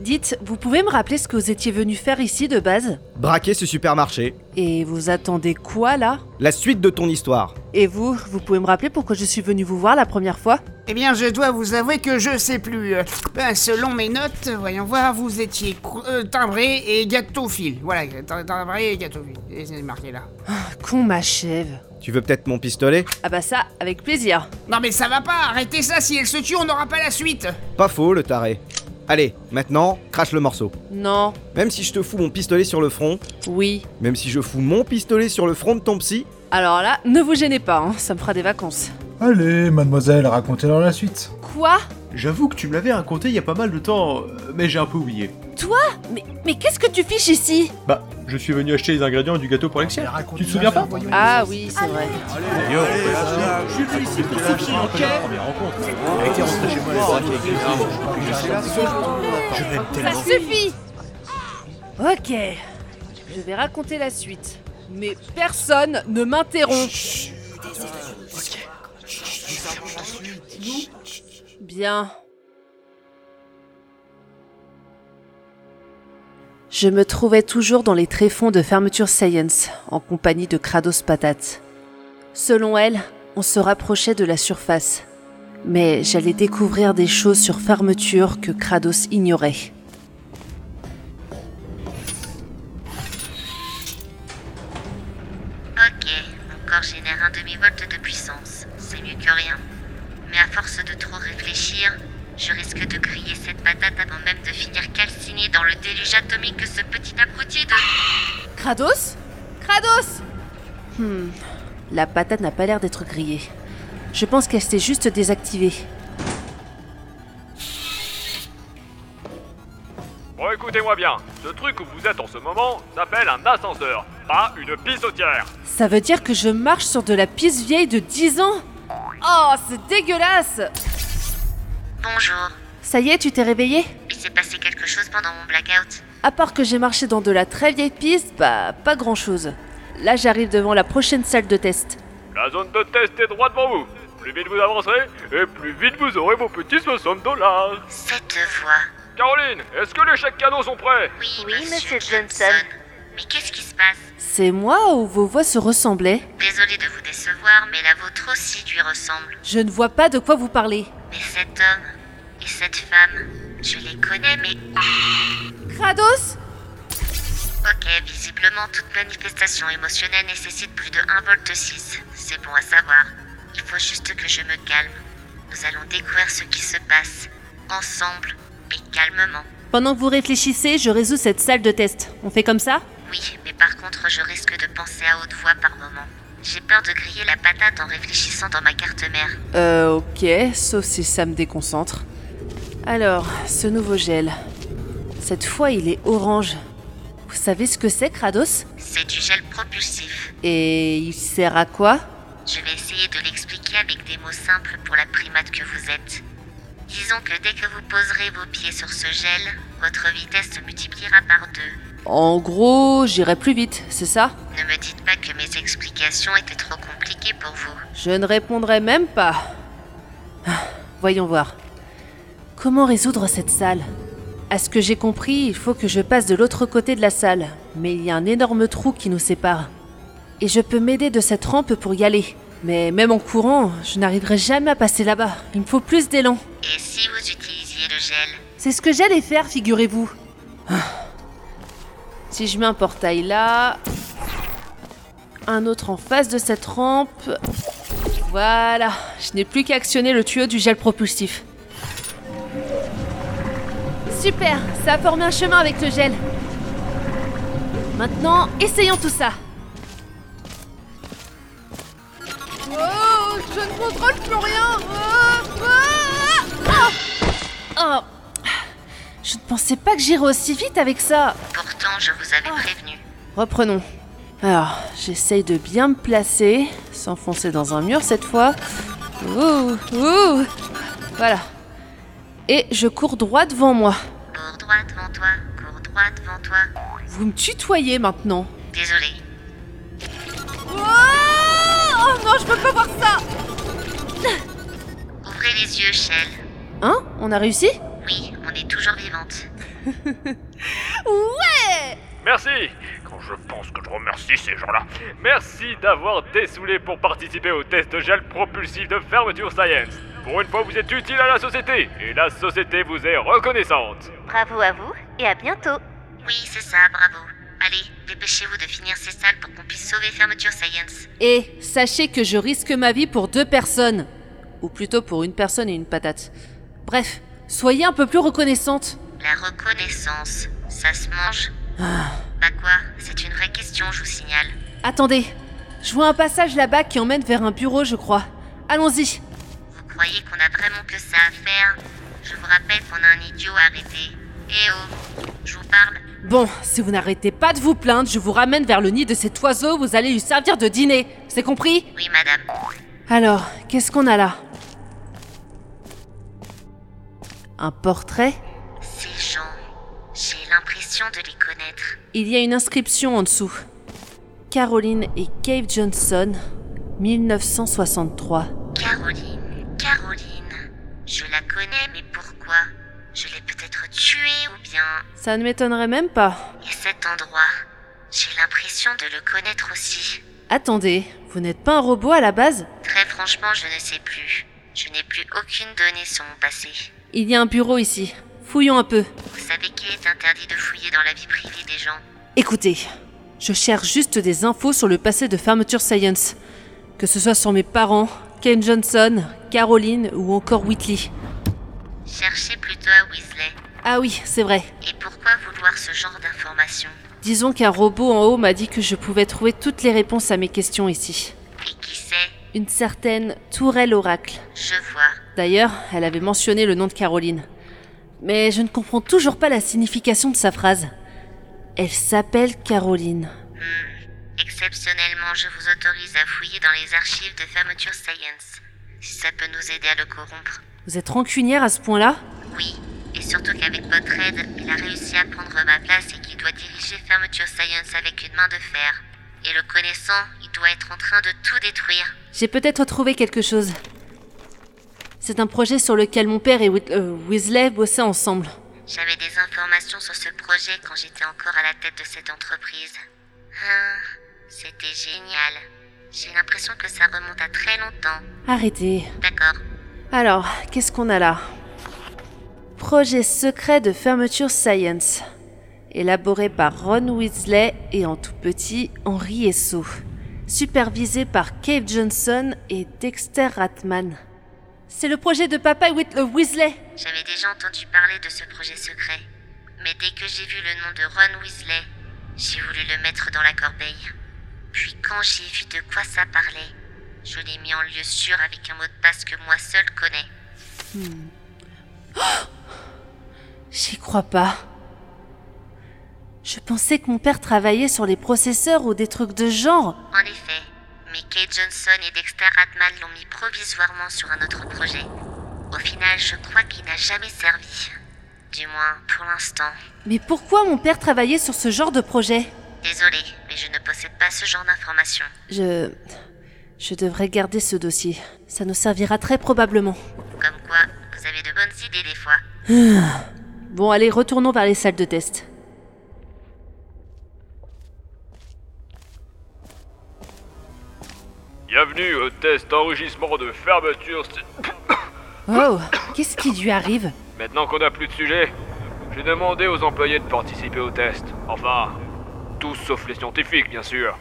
Dites, vous pouvez me rappeler ce que vous étiez venu faire ici de base Braquer ce supermarché. Et vous attendez quoi là La suite de ton histoire. Et vous, vous pouvez me rappeler pourquoi je suis venu vous voir la première fois Eh bien, je dois vous avouer que je sais plus. Euh, ben, selon mes notes, voyons voir, vous étiez cro- euh, timbré et gâteauphile. Voilà, tim- timbré et gâteauphile. Et c'est marqué là. Qu'on m'achève. Tu veux peut-être mon pistolet Ah bah ça, avec plaisir. Non mais ça va pas, arrêtez ça, si elle se tue, on n'aura pas la suite. Pas faux, le taré. Allez, maintenant, crache le morceau. Non, Même si je te fous mon pistolet sur le front, oui. même si je fous mon pistolet sur le front de ton psy, Alors là, ne vous gênez pas, hein, ça me fera des vacances. Allez, mademoiselle, racontez-leur la suite. Quoi J'avoue que tu me l'avais raconté il y a pas mal de temps, euh, mais j'ai un peu oublié. Mais, mais qu'est-ce que tu fiches ici Bah, je suis venu acheter les ingrédients du gâteau pour Alexia. Racontez-leur Tu te souviens la pas voyons. Ah oui, c'est vrai. Ça suffit Ok. Je vais raconter la suite. Mais personne ne m'interrompt. Bien. Je me trouvais toujours dans les tréfonds de Fermeture Science, en compagnie de Kratos Patate. Selon elle, on se rapprochait de la surface. Mais j'allais découvrir des choses sur Fermeture que Kratos ignorait. Ok, mon corps génère un demi-volt de puissance, c'est mieux que rien. Mais à force de trop réfléchir, je risque de griller cette patate avant même de finir calcinée dans le déluge atomique que ce petit abruti de... Kratos Kratos Hmm. La patate n'a pas l'air d'être grillée. Je pense qu'elle s'est juste désactivée. Bon, écoutez-moi bien. Ce truc où vous êtes en ce moment s'appelle un ascenseur, pas une pissotière. Ça veut dire que je marche sur de la pisse vieille de 10 ans Oh, c'est dégueulasse Bonjour, Ça y est, tu t'es réveillé il s'est passé quelque chose pendant mon blackout. À part que j'ai marché dans de la très vieille piste, bah, pas grand chose. Là, j'arrive devant la prochaine salle de test. La zone de test est droit devant vous. Plus vite vous avancerez, et plus vite vous aurez vos petits 60 dollars. Cette voix. Caroline, est-ce que les chèques cadeaux sont prêts Oui, monsieur, Johnson. Mais qu'est-ce qui se passe C'est moi ou vos voix se ressemblaient Désolé de vous décevoir, mais la vôtre aussi lui ressemble. Je ne vois pas de quoi vous parlez. Mais cet homme et cette femme, je les connais, mais... Kratos Ok, visiblement, toute manifestation émotionnelle nécessite plus de 1 volt 6. C'est bon à savoir. Il faut juste que je me calme. Nous allons découvrir ce qui se passe. Ensemble, mais calmement. Pendant que vous réfléchissez, je résous cette salle de test. On fait comme ça Oui, mais par contre, je risque de penser à haute voix par moment. J'ai peur de griller la patate en réfléchissant dans ma carte mère. Euh, ok, sauf si ça me déconcentre. Alors, ce nouveau gel. Cette fois, il est orange. Vous savez ce que c'est, Kratos C'est du gel propulsif. Et il sert à quoi Je vais essayer de l'expliquer avec des mots simples pour la primate que vous êtes. Disons que dès que vous poserez vos pieds sur ce gel, votre vitesse se multipliera par deux. En gros, j'irai plus vite, c'est ça Ne me dites pas que mes explications étaient trop compliquées pour vous. Je ne répondrai même pas. Ah, Voyons voir. Comment résoudre cette salle À ce que j'ai compris, il faut que je passe de l'autre côté de la salle, mais il y a un énorme trou qui nous sépare. Et je peux m'aider de cette rampe pour y aller. Mais même en courant, je n'arriverai jamais à passer là-bas. Il me faut plus d'élan. Et si vous utilisiez le gel C'est ce que j'allais faire, figurez-vous. Ah. Si je mets un portail là, un autre en face de cette rampe. Voilà, je n'ai plus qu'à actionner le tuyau du gel propulsif. Super, ça a formé un chemin avec le gel. Maintenant, essayons tout ça. Oh, je ne contrôle plus rien. Ah, Oh, je ne pensais pas que j'irais aussi vite avec ça. Pourtant, je vous avais prévenu. Reprenons. Alors, j'essaye de bien me placer, s'enfoncer dans un mur cette fois. Ouh, ouh. Voilà. Et je cours droit devant moi. Cours droit devant toi, cours droit devant toi. Vous me tutoyez maintenant. Désolé. Oh non, je peux pas voir ça Ouvrez les yeux, Shell. Hein On a réussi Oui, on est toujours vivante. Ouais Merci Quand je pense que je remercie ces gens-là. Merci d'avoir dessoulé pour participer au test de gel propulsif de fermeture science. Pour une fois, vous êtes utile à la société, et la société vous est reconnaissante. Bravo à vous et à bientôt Oui, c'est ça, bravo. Allez, dépêchez-vous de finir ces salles pour qu'on puisse sauver Fermeture Science. Et sachez que je risque ma vie pour deux personnes. Ou plutôt pour une personne et une patate. Bref, soyez un peu plus reconnaissante. La reconnaissance, ça se mange Bah quoi C'est une vraie question, je vous signale. Attendez, je vois un passage là-bas qui emmène vers un bureau, je crois. Allons-y. Vous croyez qu'on a vraiment que ça à faire Je vous rappelle qu'on a un idiot arrêté. Eh oh Je vous parle Bon, si vous n'arrêtez pas de vous plaindre, je vous ramène vers le nid de cet oiseau, vous allez lui servir de dîner. C'est compris Oui, madame. Alors, qu'est-ce qu'on a là Un portrait Ces gens, j'ai l'impression de les connaître. Il y a une inscription en dessous. Caroline et Cave Johnson, 1963. Caroline, Caroline. Je la connais, mais pourquoi Je l'ai peut-être tuée ou bien Ça ne m'étonnerait même pas. Et cet endroit, j'ai l'impression de le connaître aussi. Attendez, vous n'êtes pas un robot à la base Très franchement, je ne sais plus. Je n'ai plus aucune donnée sur mon passé. Il y a un bureau ici. Fouillons un peu. Vous savez qu'il est interdit de fouiller dans la vie privée des gens. Écoutez, je cherche juste des infos sur le passé de Fermeture Science. Que ce soit sur mes parents, Ken Johnson, Caroline ou encore Whitley. Cherchez plutôt à Weasley. Ah oui, c'est vrai. Et pourquoi vouloir ce genre d'informations Disons qu'un robot en haut m'a dit que je pouvais trouver toutes les réponses à mes questions ici. Et qui sait Une certaine Tourelle Oracle. Je vois. D'ailleurs, elle avait mentionné le nom de Caroline. Mais je ne comprends toujours pas la signification de sa phrase. Elle s'appelle Caroline. Exceptionnellement, je vous autorise à fouiller dans les archives de Fermeture Science. Si ça peut nous aider à le corrompre. Vous êtes rancunière à ce point-là Oui, et surtout qu'avec votre aide, il a réussi à prendre ma place et qu'il doit diriger Fermeture Science avec une main de fer. Et le connaissant, il doit être en train de tout détruire. J'ai peut-être trouvé quelque chose. C'est un projet sur lequel mon père et Whit- euh, Weasley bossaient ensemble. J'avais des informations sur ce projet quand j'étais encore à la tête de cette entreprise. Ah, c'était génial. J'ai l'impression que ça remonte à très longtemps. Arrêtez. D'accord. Alors, qu'est-ce qu'on a là Projet secret de fermeture Science. Élaboré par Ron Weasley et en tout petit Henri Esso. Supervisé par Cave Johnson et Dexter Ratman. C'est le projet de papa Whit- euh, Weasley J'avais déjà entendu parler de ce projet secret. Mais dès que j'ai vu le nom de Ron Weasley, j'ai voulu le mettre dans la corbeille. Puis quand j'ai vu de quoi ça parlait, je l'ai mis en lieu sûr avec un mot de passe que moi seul connais. J'y crois pas. Je pensais que mon père travaillait sur les processeurs ou des trucs de genre. En effet, mais Kate Johnson et Dexter Ratman l'ont mis provisoirement sur un autre projet. Au final, je crois qu'il n'a jamais servi. Du moins, pour l'instant. Mais pourquoi mon père travaillait sur ce genre de projet Désolé, mais je ne possède pas ce genre d'informations. Je. Je devrais garder ce dossier. Ça nous servira très probablement. Comme quoi, vous avez de bonnes idées des fois. Bon, allez, retournons vers les salles de test. Bienvenue au test d'enregistrement de fermeture. sti- Oh, qu'est-ce qui lui arrive Maintenant qu'on n'a plus de sujet, j'ai demandé aux employés de participer au test. Enfin, tous sauf les scientifiques, bien sûr.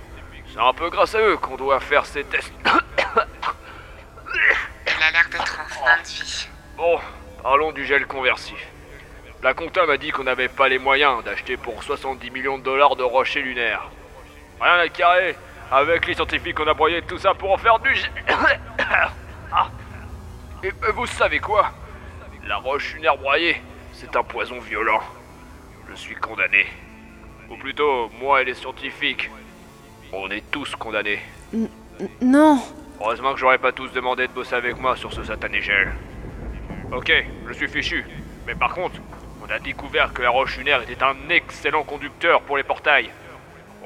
C'est un peu grâce à eux qu'on doit faire ces tests. Il a l'air d'être en fin de vie. Bon, parlons du gel conversif. La compta m'a dit qu'on n'avait pas les moyens d'acheter pour 70 millions de dollars de rochers lunaires. Rien à carrer. Avec les scientifiques, on a broyé tout ça pour en faire du gel. Ah. Et euh, vous savez quoi La roche lunaire broyée, c'est un poison violent. Je suis condamné. Ou plutôt, moi et les scientifiques. On est tous condamnés. Non Heureusement que j'aurais pas tous demandé de bosser avec moi sur ce satané gel. Ok, je suis fichu. Mais par contre, on a découvert que la roche lunaire était un excellent conducteur pour les portails.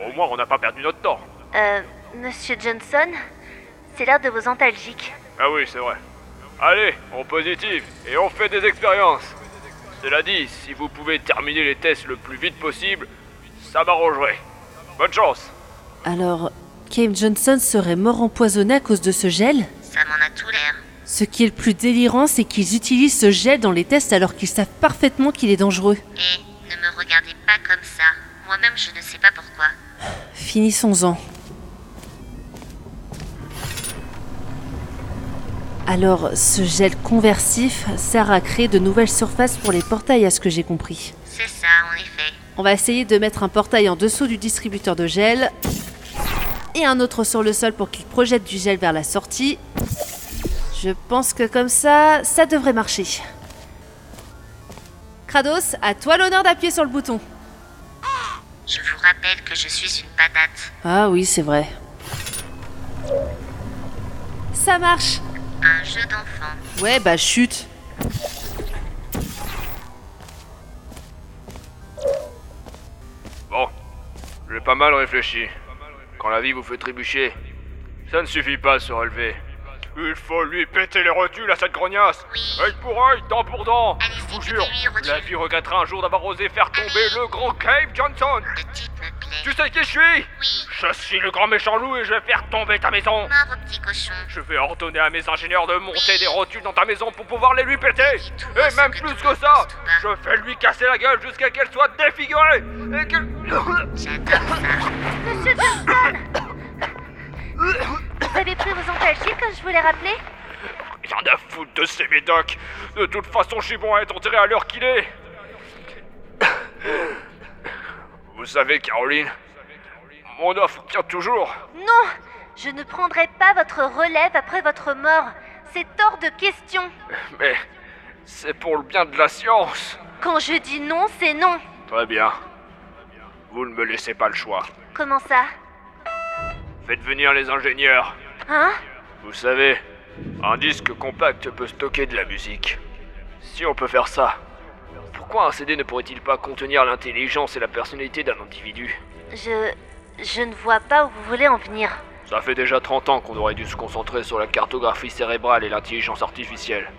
Au moins, on n'a pas perdu notre temps. Euh, monsieur Johnson C'est l'heure de vos antalgiques. Ah oui, c'est vrai. Allez, on positive et on fait des expériences. Cela dit, si vous pouvez terminer les tests le plus vite possible, ça m'arrangerait. Bonne chance Alors, Kane Johnson serait mort empoisonné à cause de ce gel Ça m'en a tout l'air. Ce qui est le plus délirant, c'est qu'ils utilisent ce gel dans les tests alors qu'ils savent parfaitement qu'il est dangereux. Et ne me regardez pas comme ça. Moi-même, je ne sais pas pourquoi. Finissons-en. Alors, ce gel conversif sert à créer de nouvelles surfaces pour les portails, à ce que j'ai compris. C'est ça, en effet. On va essayer de mettre un portail en dessous du distributeur de gel et un autre sur le sol pour qu'il projette du gel vers la sortie. Je pense que comme ça, ça devrait marcher. Kratos, à toi l'honneur d'appuyer sur le bouton. Je vous rappelle que je suis une patate. Ah oui, c'est vrai. Ça marche Un jeu d'enfant. Ouais, bah chute. Bon, j'ai pas mal réfléchi. Quand la vie vous fait trébucher, ça ne suffit pas à se relever. Il faut lui péter les rotules à cette grognasse Oui. Œil pour œil, dent pour dent Allez-y, Je vous pétez-lui jure, les rotules. la vie regrettera un jour d'avoir osé faire tomber le grand Cave Johnson Le titre me plaît. Tu sais qui je suis Oui. Je suis le grand méchant loup et je vais faire tomber ta maison Mort au petit cochon. Je vais ordonner à mes ingénieurs de monter des rotules dans ta maison pour pouvoir les lui péter Et même plus que ça Je vais lui casser la gueule jusqu'à qu'elle soit défigurée Et qu'elle... J'adore ça. Monsieur Johnson Vous avez pris vos antalgiques comme je vous l'ai rappelé Rien à foutre de ces médocs De toute façon, je suis bon à être enterré à l'heure qu'il est Vous savez, Caroline, mon offre tient toujours. Non Je ne prendrai pas votre relève après votre mort. C'est hors de question. Mais c'est pour le bien de la science. Quand je dis non, c'est non. Très bien. Vous ne me laissez pas le choix. Comment ça Faites venir les ingénieurs. Hein Vous savez, un disque compact peut stocker de la musique. Si on peut faire ça, pourquoi un CD ne pourrait-il pas contenir l'intelligence et la personnalité d'un individu Je... Je ne vois pas où vous voulez en venir. Ça fait déjà 30 ans qu'on aurait dû se concentrer sur la cartographie cérébrale et l'intelligence artificielle.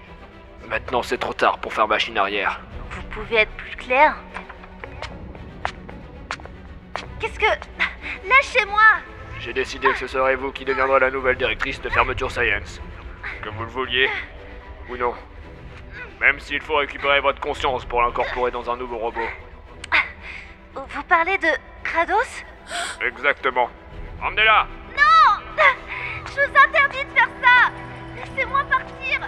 Maintenant, c'est trop tard pour faire machine arrière. Vous pouvez être plus clair Qu'est-ce que... Lâchez-moi J'ai décidé que ce serait vous qui deviendrez la nouvelle directrice de Fermeture Science. Que vous le vouliez, ou non. Même s'il faut récupérer votre conscience pour l'incorporer dans un nouveau robot. Vous parlez de... Kratos Exactement. Emmenez-la Je vous interdis de faire ça Laissez-moi partir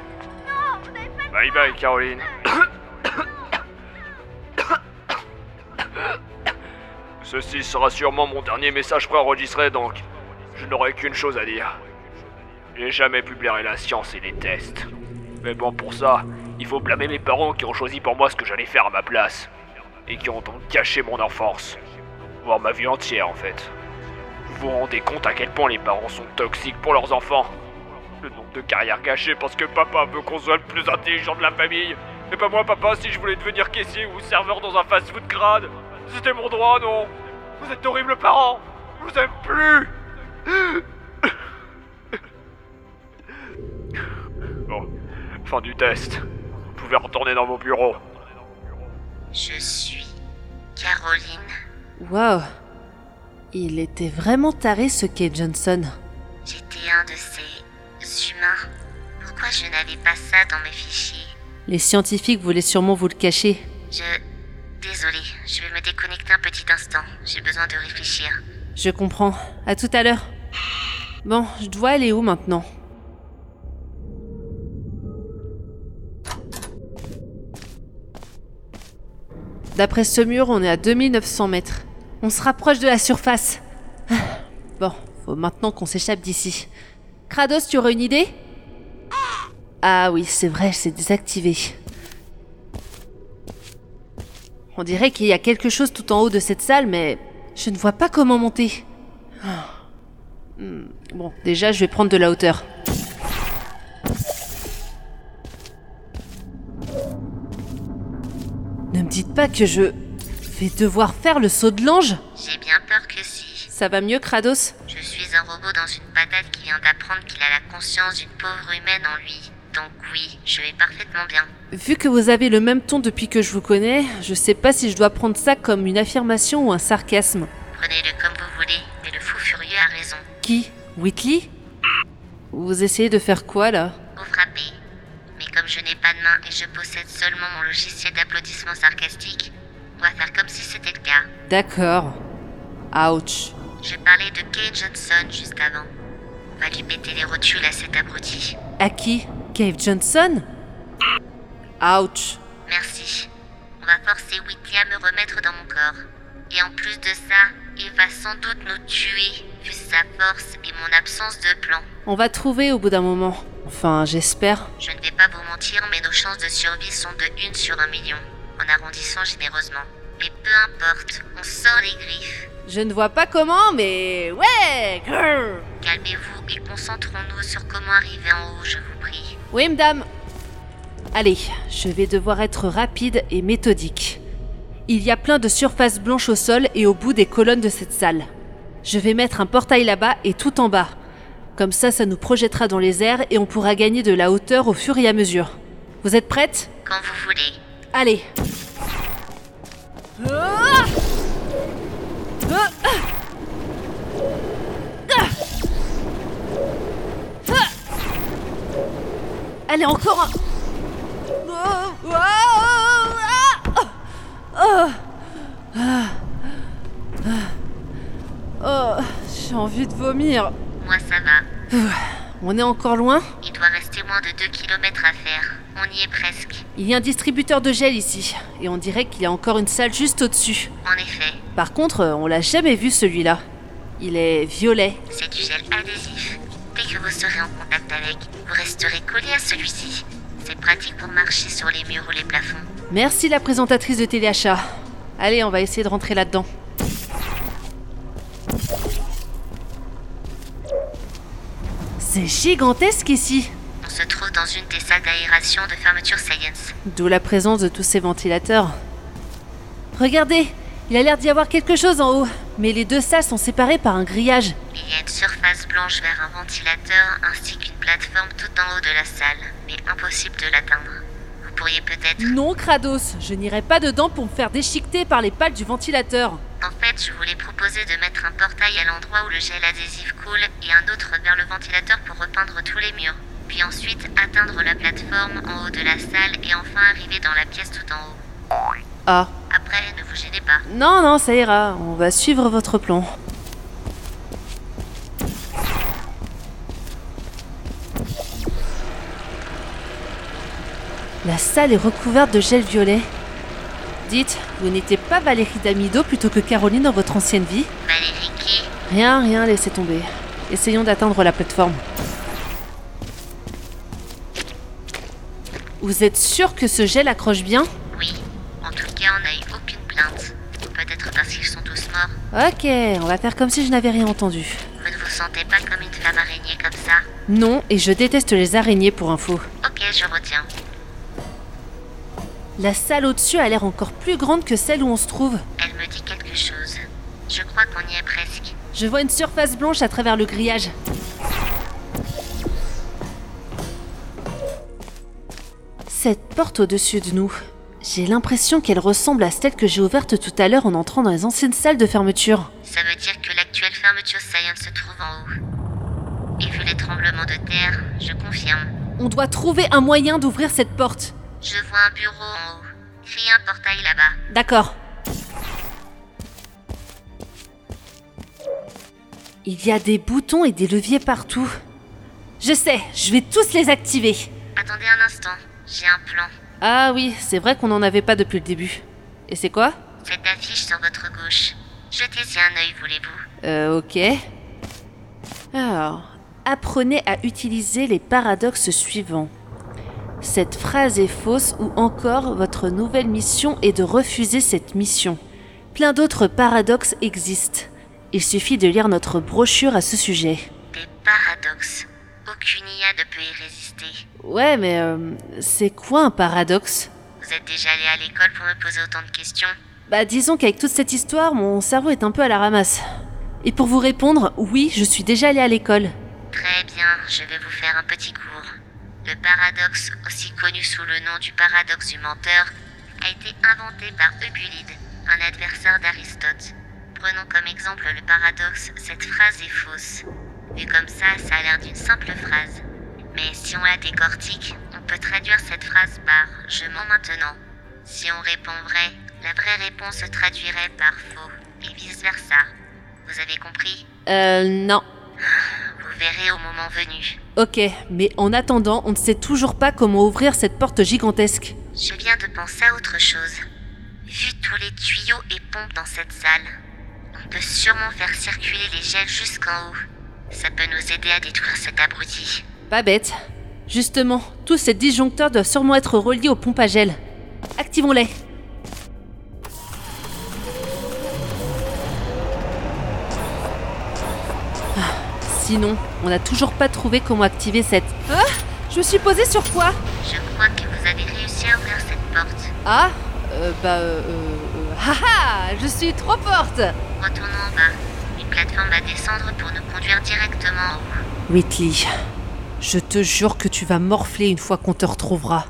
Non, vous n'avez pas... Bye bye, Caroline. Ceci sera sûrement mon dernier message préenregistré, donc je n'aurai qu'une chose à dire. J'ai jamais pu blairer la science et les tests. Mais bon, pour ça, il faut blâmer mes parents qui ont choisi pour moi ce que j'allais faire à ma place. Et qui ont donc caché mon enfance. Voire ma vie entière, en fait. Vous vous rendez compte à quel point les parents sont toxiques pour leurs enfants le nombre de carrières gâchées parce que papa veut qu'on soit le plus intelligent de la famille. Et pas moi, papa, si je voulais devenir caissier ou serveur dans un fast-food grade. C'était mon droit, non Vous êtes d'horribles parents Je vous aime plus Bon, fin du test. Vous pouvez retourner dans vos bureaux. Je suis Caroline. Waouh Il était vraiment taré ce Kate Johnson. J'étais un de ces humains. Pourquoi je n'avais pas ça dans mes fichiers Les scientifiques voulaient sûrement vous le cacher. Je. Désolée, je vais me déconnecter un petit instant. J'ai besoin de réfléchir. Je comprends. À tout à l'heure. Bon, je dois aller où maintenant D'après ce mur, on est à 2900 mètres. On se rapproche de la surface. Ah, Bon, faut maintenant qu'on s'échappe d'ici. Kratos, tu aurais une idée Ah oui, c'est vrai, c'est désactivé. On dirait qu'il y a quelque chose tout en haut de cette salle, mais je ne vois pas comment monter. Ah. Hmm, Bon, déjà, je vais prendre de la hauteur. Ne me dites pas que je vais devoir faire le saut de l'ange J'ai bien peur que si. Ça va mieux, Kratos Je suis un robot dans une patate qui vient d'apprendre qu'il a la conscience d'une pauvre humaine en lui. Donc oui, je vais parfaitement bien. Vu que vous avez le même ton depuis que je vous connais, je sais pas si je dois prendre ça comme une affirmation ou un sarcasme. Prenez-le comme vous voulez, mais le fou furieux a raison. Qui Whitley Vous essayez de faire quoi là Vous frappez. Mais comme je n'ai pas de main et je possède seulement mon logiciel d'applaudissements sarcastiques, on va faire comme si c'était le cas. D'accord. Ouch. J'ai parlé de Kay Johnson juste avant. On va lui péter les rotules à cet abruti. À qui Cave Johnson Ouch. Merci. On va forcer Whitley à me remettre dans mon corps. Et en plus de ça, il va sans doute nous tuer, vu sa force et mon absence de plan. On va trouver au bout d'un moment. Enfin, j'espère. Je ne vais pas vous mentir, mais nos chances de survie sont de 1 sur 1 million, en arrondissant généreusement. Mais peu importe, on sort les griffes. Je ne vois pas comment, mais ouais. grrr. Calmez-vous et concentrons-nous sur comment arriver en haut, je vous prie. Oui, madame. Allez, je vais devoir être rapide et méthodique. Il y a plein de surfaces blanches au sol et au bout des colonnes de cette salle. Je vais mettre un portail là-bas et tout en bas. Comme ça, ça nous projettera dans les airs et on pourra gagner de la hauteur au fur et à mesure. Vous êtes prête Quand vous voulez. Allez. Ah Ah Ah Ah Allez, encore un. Ah Ah Ah Ah Ah Ah Oh, j'ai envie de vomir. Moi, ça va. On est encore loin Il doit rester moins de 2 km à faire. On y est presque. Il y a un distributeur de gel ici, et on dirait qu'il y a encore une salle juste au-dessus. En effet, Par contre, euh, on l'a jamais vu celui-là. Il est violet. c'est du gel adhésif. Dès que vous serez en contact avec, vous resterez collé à celui-ci. C'est pratique pour marcher sur les murs ou les plafonds. Merci la présentatrice de téléachat. Allez, on va essayer de rentrer là-dedans. C'est gigantesque ici, On se trouve dans une des salles d'aération de fermeture Science. d'où la présence de tous ces ventilateurs. Regardez, il a l'air d'y avoir quelque chose en haut, mais les deux salles sont séparées par un grillage. Il y a une surface blanche vers un ventilateur ainsi qu'une plateforme tout en haut de la salle, mais impossible de l'atteindre. Vous pourriez peut-être. Non, Kratos, je n'irai pas dedans pour me faire déchiqueter par les pales du ventilateur. En fait, je voulais proposer de mettre un portail à l'endroit où le gel adhésif coule et un autre vers le ventilateur pour repeindre tous les murs. Puis ensuite atteindre la plateforme en haut de la salle et enfin arriver dans la pièce tout en haut. Ah, Après, ne vous gênez pas. non, non, ça ira, on va suivre votre plan. La salle est recouverte de gel violet. Dites, vous n'étiez pas Valérie Damido plutôt que Caroline dans votre ancienne vie Valérie qui Rien, rien, laissez tomber. Essayons d'atteindre la plateforme. Vous êtes sûr que ce gel accroche bien Oui. En tout cas, on n'a eu aucune plainte. Peut-être parce qu'ils sont tous morts. Ok, on va faire comme si je n'avais rien entendu. Vous ne vous sentez pas comme une femme araignée comme ça. Non, et je déteste les araignées pour info. Ok, je retiens. La salle au-dessus a l'air encore plus grande que celle où on se trouve. Elle me dit quelque chose. Je crois qu'on y est presque. Je vois une surface blanche à travers le grillage. Cette porte au-dessus de nous. J'ai l'impression qu'elle ressemble à celle que j'ai ouverte tout à l'heure en entrant dans les anciennes salles de fermeture. Ça veut dire que l'actuelle fermeture Science se trouve en haut. Et vu les tremblements de terre, je confirme. On doit trouver un moyen d'ouvrir cette porte. Je vois un bureau en haut. Il y a un portail là-bas. D'accord. Il y a des boutons et des leviers partout. Je sais, je vais tous les activer. Attendez un instant. J'ai un plan. Ah oui, c'est vrai qu'on n'en avait pas depuis le début. Et c'est quoi Cette affiche sur votre gauche. Jetez-y un œil, voulez-vous. Euh, ok. Alors, apprenez à utiliser les paradoxes suivants. Cette phrase est fausse ou encore votre nouvelle mission est de refuser cette mission. Plein d'autres paradoxes existent. Il suffit de lire notre brochure à ce sujet. Des paradoxes. Aucune IA ne peut y résister. Ouais, mais euh, c'est quoi un paradoxe Vous êtes déjà allé à l'école pour me poser autant de questions Bah disons qu'avec toute cette histoire, mon cerveau est un peu à la ramasse. Et pour vous répondre, oui, je suis déjà allée à l'école. Très bien, je vais vous faire un petit cours. Le paradoxe, aussi connu sous le nom du paradoxe du menteur, a été inventé par Eubulide, un adversaire d'Aristote. Prenons comme exemple le paradoxe, cette phrase est fausse. Vu comme ça, ça a l'air d'une simple phrase. Mais si on la décortique, on peut traduire cette phrase par je mens maintenant. Si on répond vrai, la vraie réponse se traduirait par faux, et vice-versa. Vous avez compris Euh, non. Vous verrez au moment venu. Ok, mais en attendant, on ne sait toujours pas comment ouvrir cette porte gigantesque. Je viens de penser à autre chose. Vu tous les tuyaux et pompes dans cette salle, on peut sûrement faire circuler les gels jusqu'en haut. Ça peut nous aider à détruire cet abruti. Pas bête. Justement, tous ces disjoncteurs doivent sûrement être reliés aux pompes à gel. Activons-les. Ah, Sinon, on n'a toujours pas trouvé comment activer cette... Ah Je me suis posée sur quoi Je crois que vous avez réussi à ouvrir cette porte. Ah euh, Bah... Euh, euh, ah ah Je suis trop forte Retournons en bas. Une plateforme à descendre pour nous conduire directement en haut. Whitley, je te jure que tu vas morfler une fois qu'on te retrouvera.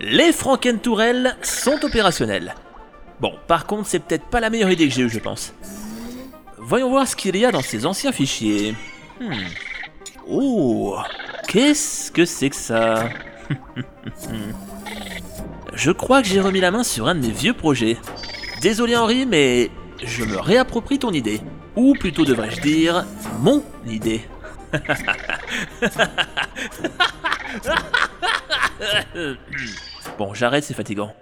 Les Frankentourelles sont opérationnelles. Bon, par contre, c'est peut-être pas la meilleure idée que j'ai eue, je pense. Voyons voir ce qu'il y a dans ces anciens fichiers. Hmm. Oh, qu'est-ce que c'est que ça Je crois que j'ai remis la main sur un de mes vieux projets. Désolé Henri, mais je me réapproprie ton idée. Ou plutôt devrais-je dire, mon idée. Bon, j'arrête, c'est fatigant.